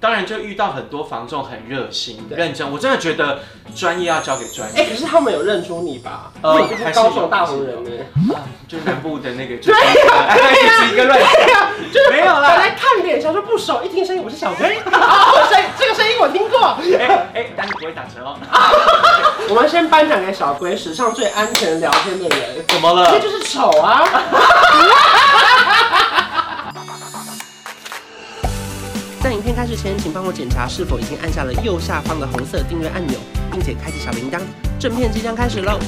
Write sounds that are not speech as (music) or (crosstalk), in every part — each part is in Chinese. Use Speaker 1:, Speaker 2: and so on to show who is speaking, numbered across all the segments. Speaker 1: 当然就遇到很多房仲很热心、
Speaker 2: 对
Speaker 1: 认真，我真的觉得专业要交给专
Speaker 2: 哎、
Speaker 1: 业
Speaker 2: 可。是他们有认出你吧？
Speaker 1: 呃
Speaker 2: 因为你毕竟高雄大湖人呢。
Speaker 1: 啊就南部的那个，
Speaker 2: (laughs)
Speaker 1: 对呀，哎一直一个乱讲，没有
Speaker 2: 本
Speaker 1: 啦。
Speaker 2: 来看脸想说不熟，一听声音我是小 (laughs) 薇，哦，声这个声音我听过。 (laughs)
Speaker 1: 哎哎，但是不会打折哦。
Speaker 2: 我们先颁奖给小龟，史上最安全聊天的人，
Speaker 1: 怎么
Speaker 2: 这
Speaker 1: 了？
Speaker 2: 就是丑
Speaker 1: (laughs)
Speaker 2: 啊！在影片开始前，请帮我检查是否已经按下了右下方的红色订阅按钮，并且开启小铃铛。正片即将开始喽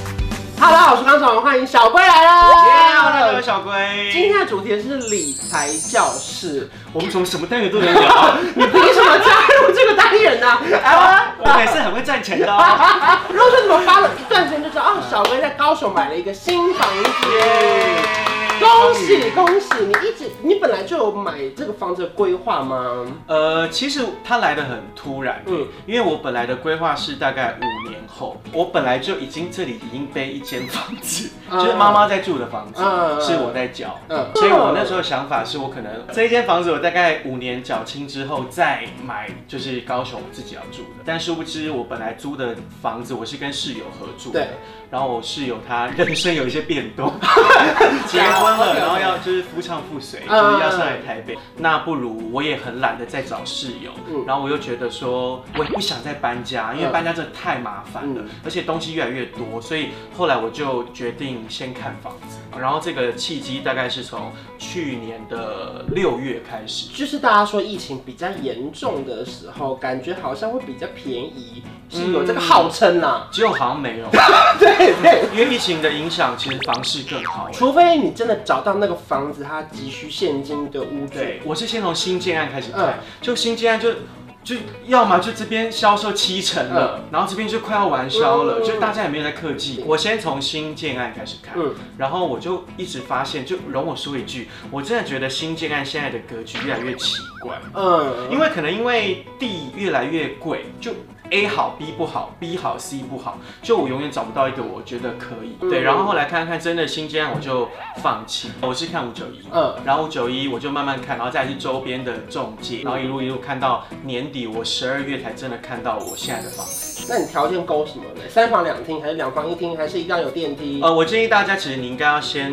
Speaker 2: ！Hello，我是康总，欢迎小龟来
Speaker 1: 耶，我
Speaker 2: 啦
Speaker 1: 是小
Speaker 2: 啊今
Speaker 1: 龟。
Speaker 2: 天的主题是理财教室，哦
Speaker 1: 我们从什么单元都能聊，啊
Speaker 2: 你凭什么加入这个单元呢、 (laughs) 啊？
Speaker 1: 哎我们也是很会赚钱的
Speaker 2: (laughs)
Speaker 1: 哦。
Speaker 2: 如果说你们发了一段时间就知道，哦，小龟在高手买了一个新房子，恭喜恭喜！你一直你本来就有买这个房子的规划吗？
Speaker 1: 呃，其实它来的很突然，
Speaker 2: 嗯
Speaker 1: 嗯，因为我本来的规划是大概五年后，我本来就已经这里已经背一间房子，
Speaker 2: 嗯
Speaker 1: 就是妈妈在住的房子
Speaker 2: 嗯嗯嗯，
Speaker 1: 是我在缴，
Speaker 2: 嗯，
Speaker 1: 所以我那时候想法是我可能这一间房子我大概五年缴清之后再买，就是高雄自己要住的。但殊不知我本来租的房子我是跟室友合住的
Speaker 2: 对，
Speaker 1: 然后我室友他人生有一些变
Speaker 2: (laughs)
Speaker 1: 动，结婚了，然后要就是夫唱妇随，
Speaker 2: 嗯
Speaker 1: 就是要上来台北。那不如我也很懒得再找室友
Speaker 2: 嗯，
Speaker 1: 然后我又觉得说我也不想再搬家，因为
Speaker 2: 嗯
Speaker 1: 搬家真的太麻烦了
Speaker 2: 嗯，
Speaker 1: 而且东西越来越多，所以后来我就决定先看房子。然后这个契机大概是从去年的六月开始。
Speaker 2: 就是大家说疫情比较严重的时候，感觉好像会比较便宜，是有这个号称啦。
Speaker 1: 结果好像没有，
Speaker 2: (laughs) 对对，
Speaker 1: 因为疫情的影响，其实房市更好了。
Speaker 2: 除非你真的找到那个房子，它急需现金的屋主。
Speaker 1: 对，我是先从新建案开始看，
Speaker 2: 嗯
Speaker 1: 就新建案就就要么就这边销售七成了，然后这边就快要完销了，
Speaker 2: 嗯
Speaker 1: 就大家也没有在客气。我先从新建案开始看，
Speaker 2: 嗯
Speaker 1: 然后我就一直发现，就容我说一句，我真的觉得新建案现在的格局越来越奇怪，
Speaker 2: 嗯，
Speaker 1: 因为可能因为地越来越贵，就 A 好 B 不好，B 好 C 不好，就我永远找不到一个我觉得可以。对，
Speaker 2: 嗯
Speaker 1: 然后后来看看真的新建案，我就放弃。我是看五九一，
Speaker 2: 嗯
Speaker 1: 然后九一我就慢慢看，然后再来是周边的中介，然后一路一路看到年底，我十二月才真的看到我现在的房子。
Speaker 2: 那你条件够什么呢？三房两厅，还是两房一厅，还是一定要有电梯？
Speaker 1: 呃，我建议大家其实你应该要先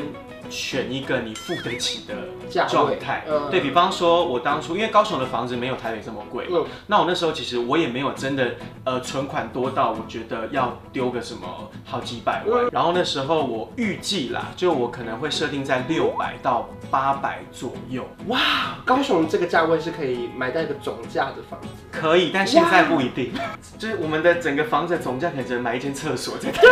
Speaker 1: 选一个你付得起
Speaker 2: 价
Speaker 1: 的
Speaker 2: 位
Speaker 1: 状态
Speaker 2: 嗯，
Speaker 1: 对比方说，我当初因为高雄的房子没有台北这么贵嘛
Speaker 2: 嗯，
Speaker 1: 那我那时候其实我也没有真的呃存款多到我觉得要丢个什么好几百万，然后那时候我预计啦，就我可能会设定在六百到八百左右，哇，
Speaker 2: 高雄这个价位是可以买到一个总价的房子。
Speaker 1: 可以，但现在不一定。就是我们的整个房子总价可能只能买一间厕所在台北。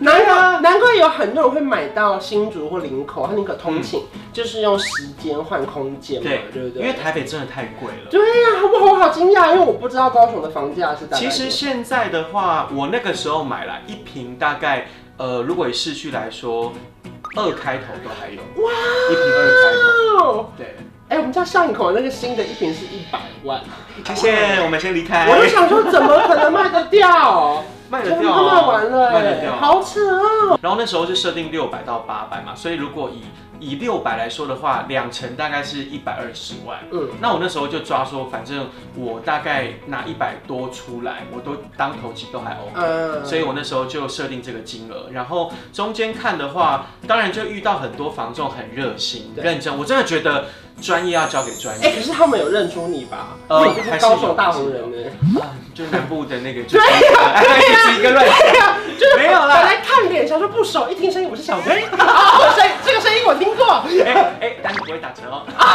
Speaker 2: 难
Speaker 1: 啊
Speaker 2: 怪难怪有很多人会买到新竹或林口，他宁可通勤，就是用时间换空间嘛，对啊不对？
Speaker 1: 嗯因为台北真的太贵了。
Speaker 2: 对呀、我我好惊讶，因为我不知道高雄的房价是大概
Speaker 1: 其
Speaker 2: 多
Speaker 1: 实现在的话，我那个时候买了一瓶，大概呃，如果以市区来说，二开头都还有。哇！一瓶二
Speaker 2: 哦，
Speaker 1: 开头。对，
Speaker 2: 哎、我们家巷口那个新的一瓶是一百万，
Speaker 1: 谢谢，我们先离开。
Speaker 2: 我就想说怎么可能卖得掉？
Speaker 1: 哎卖得
Speaker 2: 全部
Speaker 1: 掉
Speaker 2: 都
Speaker 1: 哦，
Speaker 2: 卖完了、
Speaker 1: 卖得掉
Speaker 2: 哎，。好扯哦。
Speaker 1: 然后那时候是设定六百到八百嘛，所以如果以以六百来说的话，两成大概是一百二十万。
Speaker 2: 嗯
Speaker 1: 嗯，那我那时候就抓说，反正我大概拿一百多出来，我都当头期都还 OK。
Speaker 2: 嗯，
Speaker 1: 所以我那时候就设定这个金额，然后中间看的话，当然就遇到很多房仲很热心、
Speaker 2: 对
Speaker 1: 认真，我真的觉得专业要交给专
Speaker 2: 哎、
Speaker 1: 业
Speaker 2: 可，是他们有认出你吧？
Speaker 1: 呃
Speaker 2: 因为你毕竟
Speaker 1: 还是
Speaker 2: 高
Speaker 1: 有
Speaker 2: 雄大湖人呢、
Speaker 1: 啊就南部的那个，就是哎一直一个乱讲，
Speaker 2: (laughs) 就是
Speaker 1: 没有啦
Speaker 2: 本来看脸想说不熟，一听声音我是小薇， (laughs) 哦，声这个声音我听
Speaker 1: (laughs)
Speaker 2: 过。
Speaker 1: 哎哎，但是不会打折哦。 (laughs)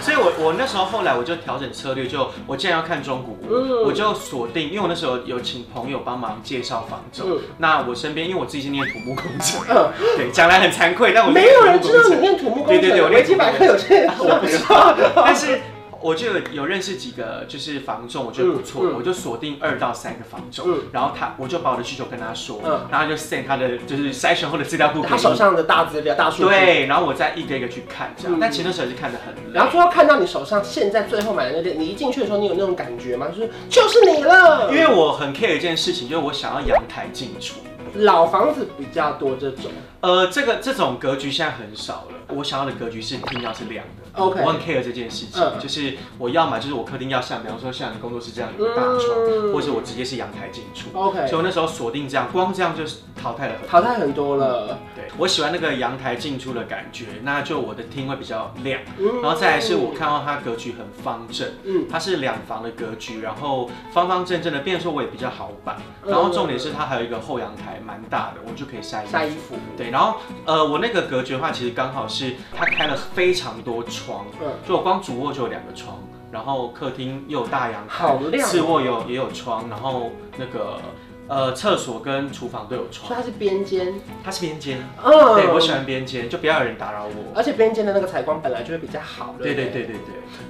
Speaker 1: 所以我，我那时候后来我就调整策略，就我既然要看中古屋，
Speaker 2: 嗯
Speaker 1: 我就锁定，因为我那时候有请朋友帮忙介绍房仲。
Speaker 2: 嗯
Speaker 1: 那我身边，因为我自己是念土木工程，
Speaker 2: 嗯
Speaker 1: (laughs) 对，讲来很惭愧，但我是
Speaker 2: 啊没有人
Speaker 1: 土
Speaker 2: 知
Speaker 1: 木工程
Speaker 2: 道你念土木工
Speaker 1: 对
Speaker 2: 程，
Speaker 1: 对对，我
Speaker 2: 维
Speaker 1: 念
Speaker 2: 基
Speaker 1: 土木
Speaker 2: 百
Speaker 1: 工
Speaker 2: 科
Speaker 1: 程
Speaker 2: 有这个
Speaker 1: 我不知
Speaker 2: 说。
Speaker 1: (laughs) 但是我就有有认识几个就是房仲，我觉得不错，
Speaker 2: 嗯嗯
Speaker 1: 我就锁定二到三个房仲，
Speaker 2: 嗯
Speaker 1: 然后他我就把我的需求跟他说，
Speaker 2: 嗯
Speaker 1: 然后他就 send 他的就是筛选后的资料库给
Speaker 2: 他手
Speaker 1: 你，
Speaker 2: 上的大资料、大数据，
Speaker 1: 对，然后我再一个一个去看这样，
Speaker 2: 嗯
Speaker 1: 但其实那时候也是看得很累
Speaker 2: 然后最后看到你手上现在最后买的那件，你一进去的时候，你有那种感觉吗？就是就是你了，
Speaker 1: 因为我很 care 一件事情，就是我想要阳台进出。
Speaker 2: 老房子比较多这种。
Speaker 1: 呃，这个这种格局现在很少了，我想要的格局是你听到是亮的
Speaker 2: OK
Speaker 1: 我很 care 这件事情，
Speaker 2: 嗯
Speaker 1: 就是我要嘛就是我客厅要像，比方说像你工作室这样有个大窗，
Speaker 2: 嗯
Speaker 1: 或者我直接是阳台进出。所以
Speaker 2: OK，
Speaker 1: 我那时候锁定这样，光这样就是淘汰了很多。
Speaker 2: 淘汰很多了。
Speaker 1: 对，我喜欢那个阳台进出的感觉，那就我的厅会比较亮。
Speaker 2: 嗯
Speaker 1: 然后再来是我看到它格局很方正，
Speaker 2: 嗯
Speaker 1: 它是两房的格局，然后方方正正的，变成说我也比较好摆。
Speaker 2: 嗯
Speaker 1: 然后重点是它还有一个后阳台，蛮大的，我就可以晒衣服
Speaker 2: 晒衣服，
Speaker 1: 对，然后呃，我那个格局的话，其实刚好是它开了非常多窗，
Speaker 2: 嗯
Speaker 1: 就我光主卧就有两个窗，然后客厅又有大阳台，
Speaker 2: 好亮哦
Speaker 1: 次卧有也有窗，然后那个呃厕所跟厨房都有
Speaker 2: 所以
Speaker 1: 窗，
Speaker 2: 它是啊边间，
Speaker 1: 它是边间，
Speaker 2: 嗯
Speaker 1: 对我喜欢边间，就不要有人打扰我。
Speaker 2: 而且边间的那个采光本来就会比较好，
Speaker 1: 对
Speaker 2: 不
Speaker 1: 对对对对，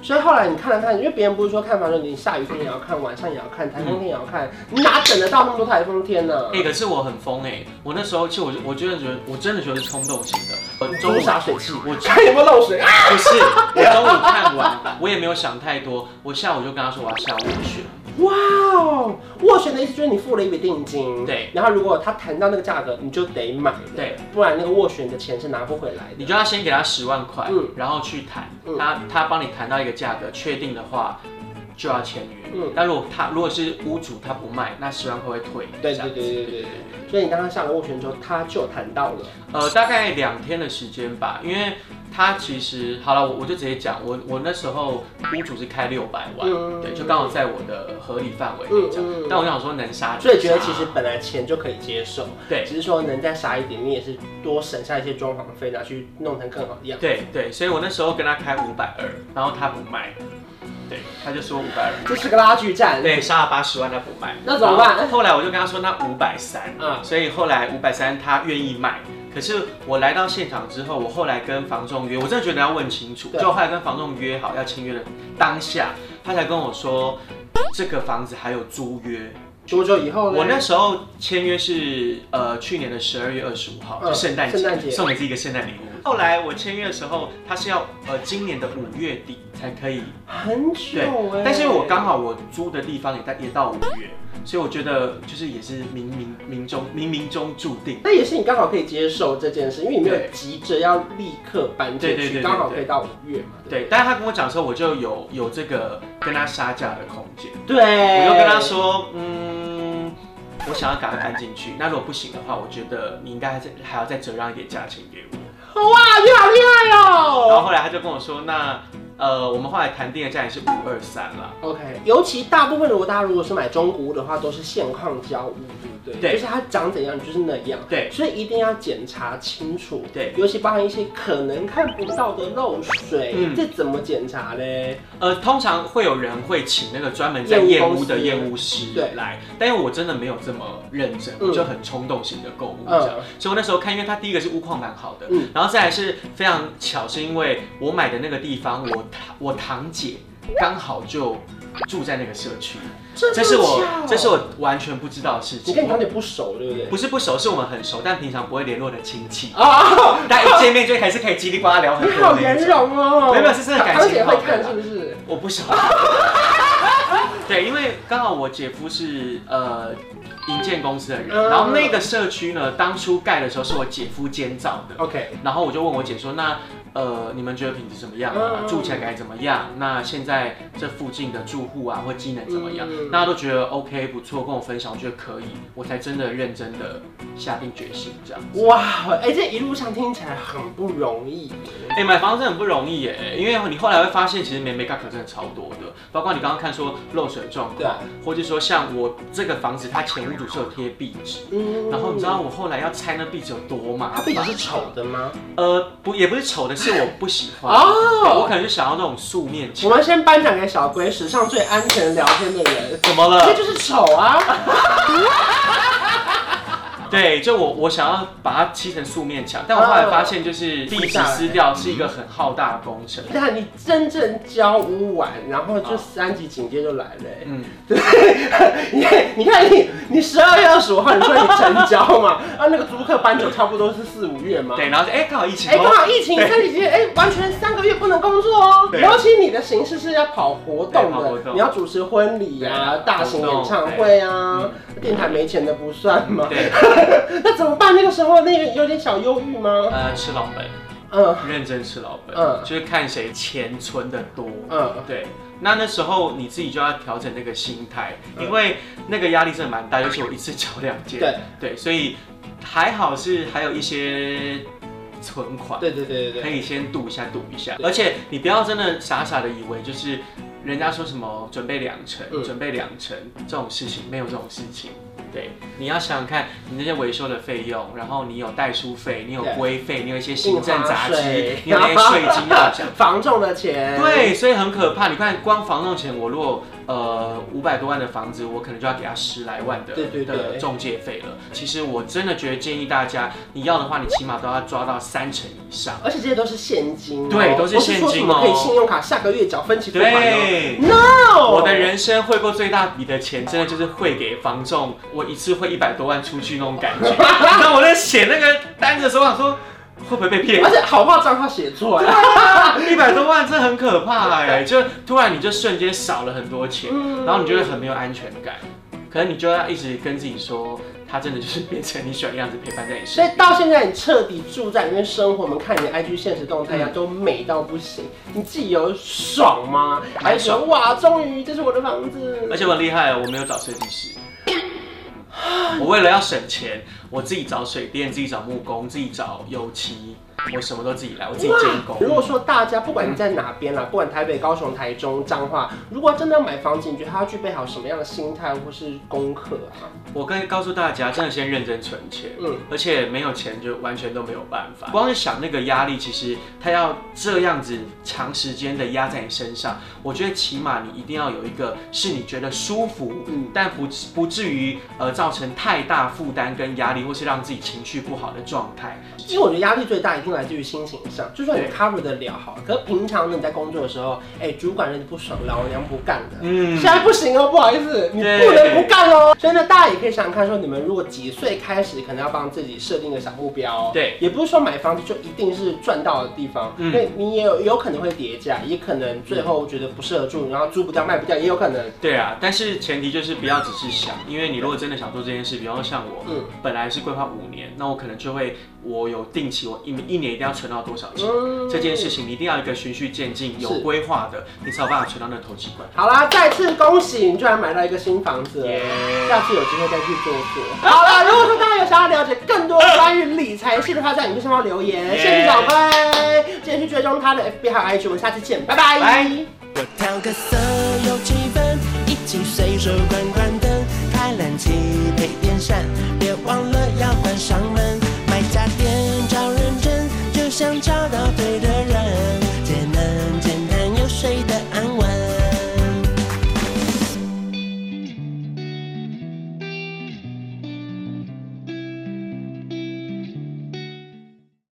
Speaker 2: 所以后来你看了看，因为别人不是说看房子，你下雨天也要看，晚上也要看，台风天也要看，你哪等得到那么多台风天呢？
Speaker 1: 哎、可是我很疯哎、我那时候其实我我真的觉得我真的觉得是冲动型的，我中
Speaker 2: 中
Speaker 1: 午
Speaker 2: 洒水器，
Speaker 1: 我
Speaker 2: (laughs) 看有没有漏水啊？
Speaker 1: 不是我中午看完，我也没有想太多，我下午就跟他说我要下午选。
Speaker 2: 哇哦，斡旋的意思就是你付了一笔定金，
Speaker 1: 对
Speaker 2: 然后如果他谈到那个价格，你就得买，
Speaker 1: 对，
Speaker 2: 不然那个斡旋的钱是拿不回来
Speaker 1: 你
Speaker 2: 的。
Speaker 1: 就要先给他十万块，
Speaker 2: 嗯
Speaker 1: 然后去谈，
Speaker 2: 嗯
Speaker 1: 他他帮你谈到一个价格，确定的话就要签约。
Speaker 2: 嗯
Speaker 1: 那如果他如果是屋主他不卖，那十万块会退。
Speaker 2: 对
Speaker 1: 这样
Speaker 2: 对
Speaker 1: 子
Speaker 2: 对对对对。所以你刚刚下了斡旋之后，他就谈到了，
Speaker 1: 呃，大概两天的时间吧，因为他其实好了，我我就直接讲，我我那时候屋主是开六百万，
Speaker 2: 嗯
Speaker 1: 对，就刚好在我的合理范围内讲。
Speaker 2: 嗯嗯嗯
Speaker 1: 但我想说能杀就
Speaker 2: 所以觉得
Speaker 1: 杀
Speaker 2: 其实本来钱就可以接受，
Speaker 1: 对
Speaker 2: 只是说能再傻一点，你也是多省下一些装潢费，拿去弄成更好的样子。
Speaker 1: 对对，所以我那时候跟他开五百二，然后他不卖，对，他就说五百二。
Speaker 2: 这是个拉锯战，
Speaker 1: 对，杀了八十万他不卖，
Speaker 2: 那怎么办
Speaker 1: 然后后来我就跟他说那五百三，啊
Speaker 2: 嗯
Speaker 1: 所以后来五百三他愿意卖。可是我来到现场之后，我后来跟房仲约，我真的觉得要问清楚。
Speaker 2: 对
Speaker 1: 就后来跟房仲约好要签约的当下，他才跟我说这个房子还有租约。
Speaker 2: 多久以后呢？
Speaker 1: 我那时候签约是呃去年的十二月二十五号，就
Speaker 2: 嗯
Speaker 1: 圣诞
Speaker 2: 圣诞节
Speaker 1: 节送给自己一个圣诞礼物。后来我签约的时候，他是要呃今年的五月底才可以
Speaker 2: 很久
Speaker 1: 对
Speaker 2: 哎、，
Speaker 1: 但是我刚好我租的地方也在也到五月，所以我觉得就是也是冥冥冥中冥冥中注定。
Speaker 2: 那也是你刚好可以接受这件事，因为你没有
Speaker 1: 对
Speaker 2: 急着要立刻搬进
Speaker 1: 对对对
Speaker 2: 去，
Speaker 1: 对
Speaker 2: 刚好可以到五月嘛。
Speaker 1: 对，但是他跟我讲的时候，我就有有这个跟他杀价的空间，
Speaker 2: 对，
Speaker 1: 我
Speaker 2: 我
Speaker 1: 就跟他，说，嗯，我想要赶快搬进去，那如果不行的话，我觉得你应该还是还要再折让一点价钱给我。
Speaker 2: 哇，你好厉害
Speaker 1: 然
Speaker 2: 哦。
Speaker 1: 后后来他就跟我说，那呃，我们后来谈定的价也是五二三啦。
Speaker 2: OK，尤其大部分如果大家如果是买中古屋的话，都是现况交屋，对不对？
Speaker 1: 对
Speaker 2: 就是它长怎样就是那样。
Speaker 1: 对
Speaker 2: 所以一定要检查清楚。
Speaker 1: 对
Speaker 2: 尤其包含一些可能看不到的漏水，
Speaker 1: 嗯
Speaker 2: 这怎么检查嘞？
Speaker 1: 呃，通常会有人会请那个专门在验屋的
Speaker 2: 验
Speaker 1: 验
Speaker 2: 屋
Speaker 1: 屋师
Speaker 2: 对
Speaker 1: 来，但是我真的没有这么认真，
Speaker 2: 嗯
Speaker 1: 我就很冲动型的购物这样。
Speaker 2: 嗯
Speaker 1: 所以我那时候看，因为它第一个是屋况蛮好的，
Speaker 2: 嗯
Speaker 1: 然后再来是非常巧，是因为我买的那个地方，我堂我堂姐刚好就住在那个社区，这是我这是
Speaker 2: 我，
Speaker 1: 我完全不知道的事
Speaker 2: 你
Speaker 1: 情
Speaker 2: 跟。你堂姐不熟，对不对？
Speaker 1: 不是不熟，是我们很熟，但平常不会联络的亲戚，
Speaker 2: 啊，
Speaker 1: 但一见面就还是可以叽里呱啦聊很
Speaker 2: 你
Speaker 1: 多
Speaker 2: 好
Speaker 1: 那
Speaker 2: 圆
Speaker 1: 一种
Speaker 2: 融哦。
Speaker 1: 没有没有是真的感啊情
Speaker 2: 堂姐会
Speaker 1: 好
Speaker 2: 看
Speaker 1: 的啦
Speaker 2: 是不是？
Speaker 1: 我不
Speaker 2: (laughs)
Speaker 1: 熟。对，因为刚好我姐夫是呃营建公司的人，
Speaker 2: 嗯
Speaker 1: 然后那个社区呢，当初盖的时候是我姐夫监造的，
Speaker 2: OK，
Speaker 1: 然后我就问我姐说，那呃你们觉得品质怎么样啊？
Speaker 2: 嗯
Speaker 1: 住起来该怎么样？那现在这附近的住户啊或机能怎么样
Speaker 2: 嗯？
Speaker 1: 大家都觉得 OK 不错，跟我分享，我觉得可以，我才真的认真的下定决心这样。
Speaker 2: 哇，哎、这一路上听起来很不容易耶。
Speaker 1: 哎、买房子很不容易耶，因为你后来会发现，其实美美嘎可真的超多的，包括你刚刚看说漏水状
Speaker 2: 对啊
Speaker 1: 况，或者说像我这个房子，它前屋主是有贴壁纸，
Speaker 2: 嗯
Speaker 1: 然后你知道我后来要拆那壁纸有多麻
Speaker 2: 它
Speaker 1: 烦？
Speaker 2: 背啊景是丑的吗？
Speaker 1: 呃，不，也不是丑的，是我不喜欢
Speaker 2: 哦
Speaker 1: 对我可能就想要那种素面
Speaker 2: 我
Speaker 1: 墙。
Speaker 2: 们先颁奖给小龟，史上最安全聊天的人。
Speaker 1: 怎么
Speaker 2: 这
Speaker 1: 了？
Speaker 2: 就是丑啊！
Speaker 1: 对，就我我想要把它漆成素面墙，但我后来发现就是壁纸撕掉是一个很浩大的工程。
Speaker 2: 但你真正交屋完，然后就
Speaker 1: 啊
Speaker 2: 三级警戒就来了、欸。
Speaker 1: 嗯，
Speaker 2: 你看，你看你，你十二月二十五号你说你成交嘛？啊，那个租客搬走差不多是四五月嘛。
Speaker 1: 对，然后就哎刚好疫情
Speaker 2: 哎，
Speaker 1: 哦，
Speaker 2: 刚好疫情
Speaker 1: 对
Speaker 2: 三级警戒，哎，完全三个月不能工作哦。
Speaker 1: 对
Speaker 2: 尤其你的形式是要跑活
Speaker 1: 对跑活
Speaker 2: 动的，
Speaker 1: 动
Speaker 2: 你要主持婚礼啊、
Speaker 1: 对哦
Speaker 2: 大型演唱会
Speaker 1: 活
Speaker 2: 啊
Speaker 1: 动，
Speaker 2: 电台没钱的不算嘛。
Speaker 1: 嗯对，
Speaker 2: 那怎么办？那个时候那个有点小忧郁吗？
Speaker 1: 呃，吃老本。
Speaker 2: 嗯
Speaker 1: 认真吃老本，
Speaker 2: 嗯
Speaker 1: 就是看谁钱存的多。
Speaker 2: 嗯，
Speaker 1: 对，那那时候你自己就要调整那个心态，
Speaker 2: 嗯
Speaker 1: 因为那个压力真的蛮大，尤其我一次缴两件，
Speaker 2: 对
Speaker 1: 对，所以还好是还有一些存款，
Speaker 2: 对对对对
Speaker 1: 可
Speaker 2: 对，
Speaker 1: 以先赌一下，赌一下。
Speaker 2: 对
Speaker 1: 而且你不要真的傻傻的以为就是人家说什么准备两成，
Speaker 2: 嗯
Speaker 1: 准备两成这种事情没有这种事情。对，你要想想看，你那些维修的费用，然后你有代书费，你有
Speaker 2: 对
Speaker 1: 规费，你有一些行政杂支
Speaker 2: 印花税，
Speaker 1: 你有那些税金要缴。
Speaker 2: 房仲的钱，，
Speaker 1: 对，所以很可怕。你看，光房仲钱，我如果呃五百多万的房子，我可能就要给他十来万的
Speaker 2: 对对对
Speaker 1: 的中介费了。其实我真的觉得建议大家，你要的话，你起码都要抓到三成以上。
Speaker 2: 而且这些都是现金哦，
Speaker 1: 对都是现金哦
Speaker 2: 不是说什么可以信用卡下个月缴分期付款哦
Speaker 1: 对，
Speaker 2: ，no，
Speaker 1: 我的人生汇过最大笔的钱，真的就是汇给房仲，我一次汇一百多万出去那种感觉。 (laughs) 那我在写那个单子的时候，我想说会不会被骗
Speaker 2: 而？且好不好账号写错啊，
Speaker 1: 一百多万，这很可怕哎、就突然你就瞬间少了很多钱，
Speaker 2: 嗯
Speaker 1: 然后你就会很没有安全感。可能你就要一直跟自己说，他真的就是变成你喜欢的样子，陪伴在你身
Speaker 2: 所以
Speaker 1: 边。
Speaker 2: 到现在你彻底住在里面生活，我们看你的 IG 现实动态
Speaker 1: 嗯
Speaker 2: 呀，都美到不行，你自己有爽吗？还是觉得哇，终于这是我的房子，
Speaker 1: 而且我很厉害，我没有找设计师。我为了要省钱，我自己找水电，自己找木工，自己找油漆，我什么都自己来，我自己监工。
Speaker 2: 如果说大家不管你在哪边啦，不管台北、高雄、台中、彰化，如果真的要买房子，你觉得他要具备好什么样的心态或是功课啊？
Speaker 1: 我跟告诉大家，真的先认真存钱，
Speaker 2: 嗯
Speaker 1: 而且没有钱就完全都没有办法。光是想那个压力，其实它要这样子长时间的压在你身上，我觉得起码你一定要有一个是你觉得舒服，
Speaker 2: 嗯
Speaker 1: 但不不至于呃造成太大负担跟压力，或是让自己情绪不好的状态。
Speaker 2: 因为我觉得压力最大一定来自于心情上，就算你
Speaker 1: 对
Speaker 2: cover 得了好了，可是平常呢你在工作的时候，哎、主管人不爽，老娘不干的。
Speaker 1: 嗯
Speaker 2: 现在不行哦，不好意思，你
Speaker 1: 对
Speaker 2: 不能不干哦。所以呢，大家也可以想想看，说你们如果几岁开始，可能要帮自己设定个小目标、
Speaker 1: 对，
Speaker 2: 也不是说买房子就一定是赚到的地方，
Speaker 1: 嗯
Speaker 2: 因为你也有有可能会叠价，也可能最后觉得不适合住，然后租不掉、卖不掉，也有可能。
Speaker 1: 对啊，但是前提就是不要只是想，因为你如果真的想做这件事，比方说像我，
Speaker 2: 嗯
Speaker 1: 本来是规划五年，那我可能就会，我有定期，我一一年一定要存到多少钱，
Speaker 2: 嗯
Speaker 1: 这件事情你一定要一个循序渐进、有
Speaker 2: 是
Speaker 1: 规划的，你才有办法存到那个投机款。
Speaker 2: 好啦，再次恭喜你居然买到一个新房子了
Speaker 1: 耶
Speaker 2: 下次有机会再去坐坐。好啦，如果说大家有想要了解更多关于理财系的话，在影片下方留言。
Speaker 1: 耶
Speaker 2: 谢谢小飞，记得去追踪他的 FB 还有 IG，我们下次见，拜拜。
Speaker 1: 拜
Speaker 3: 我调个色有气氛，一起随手关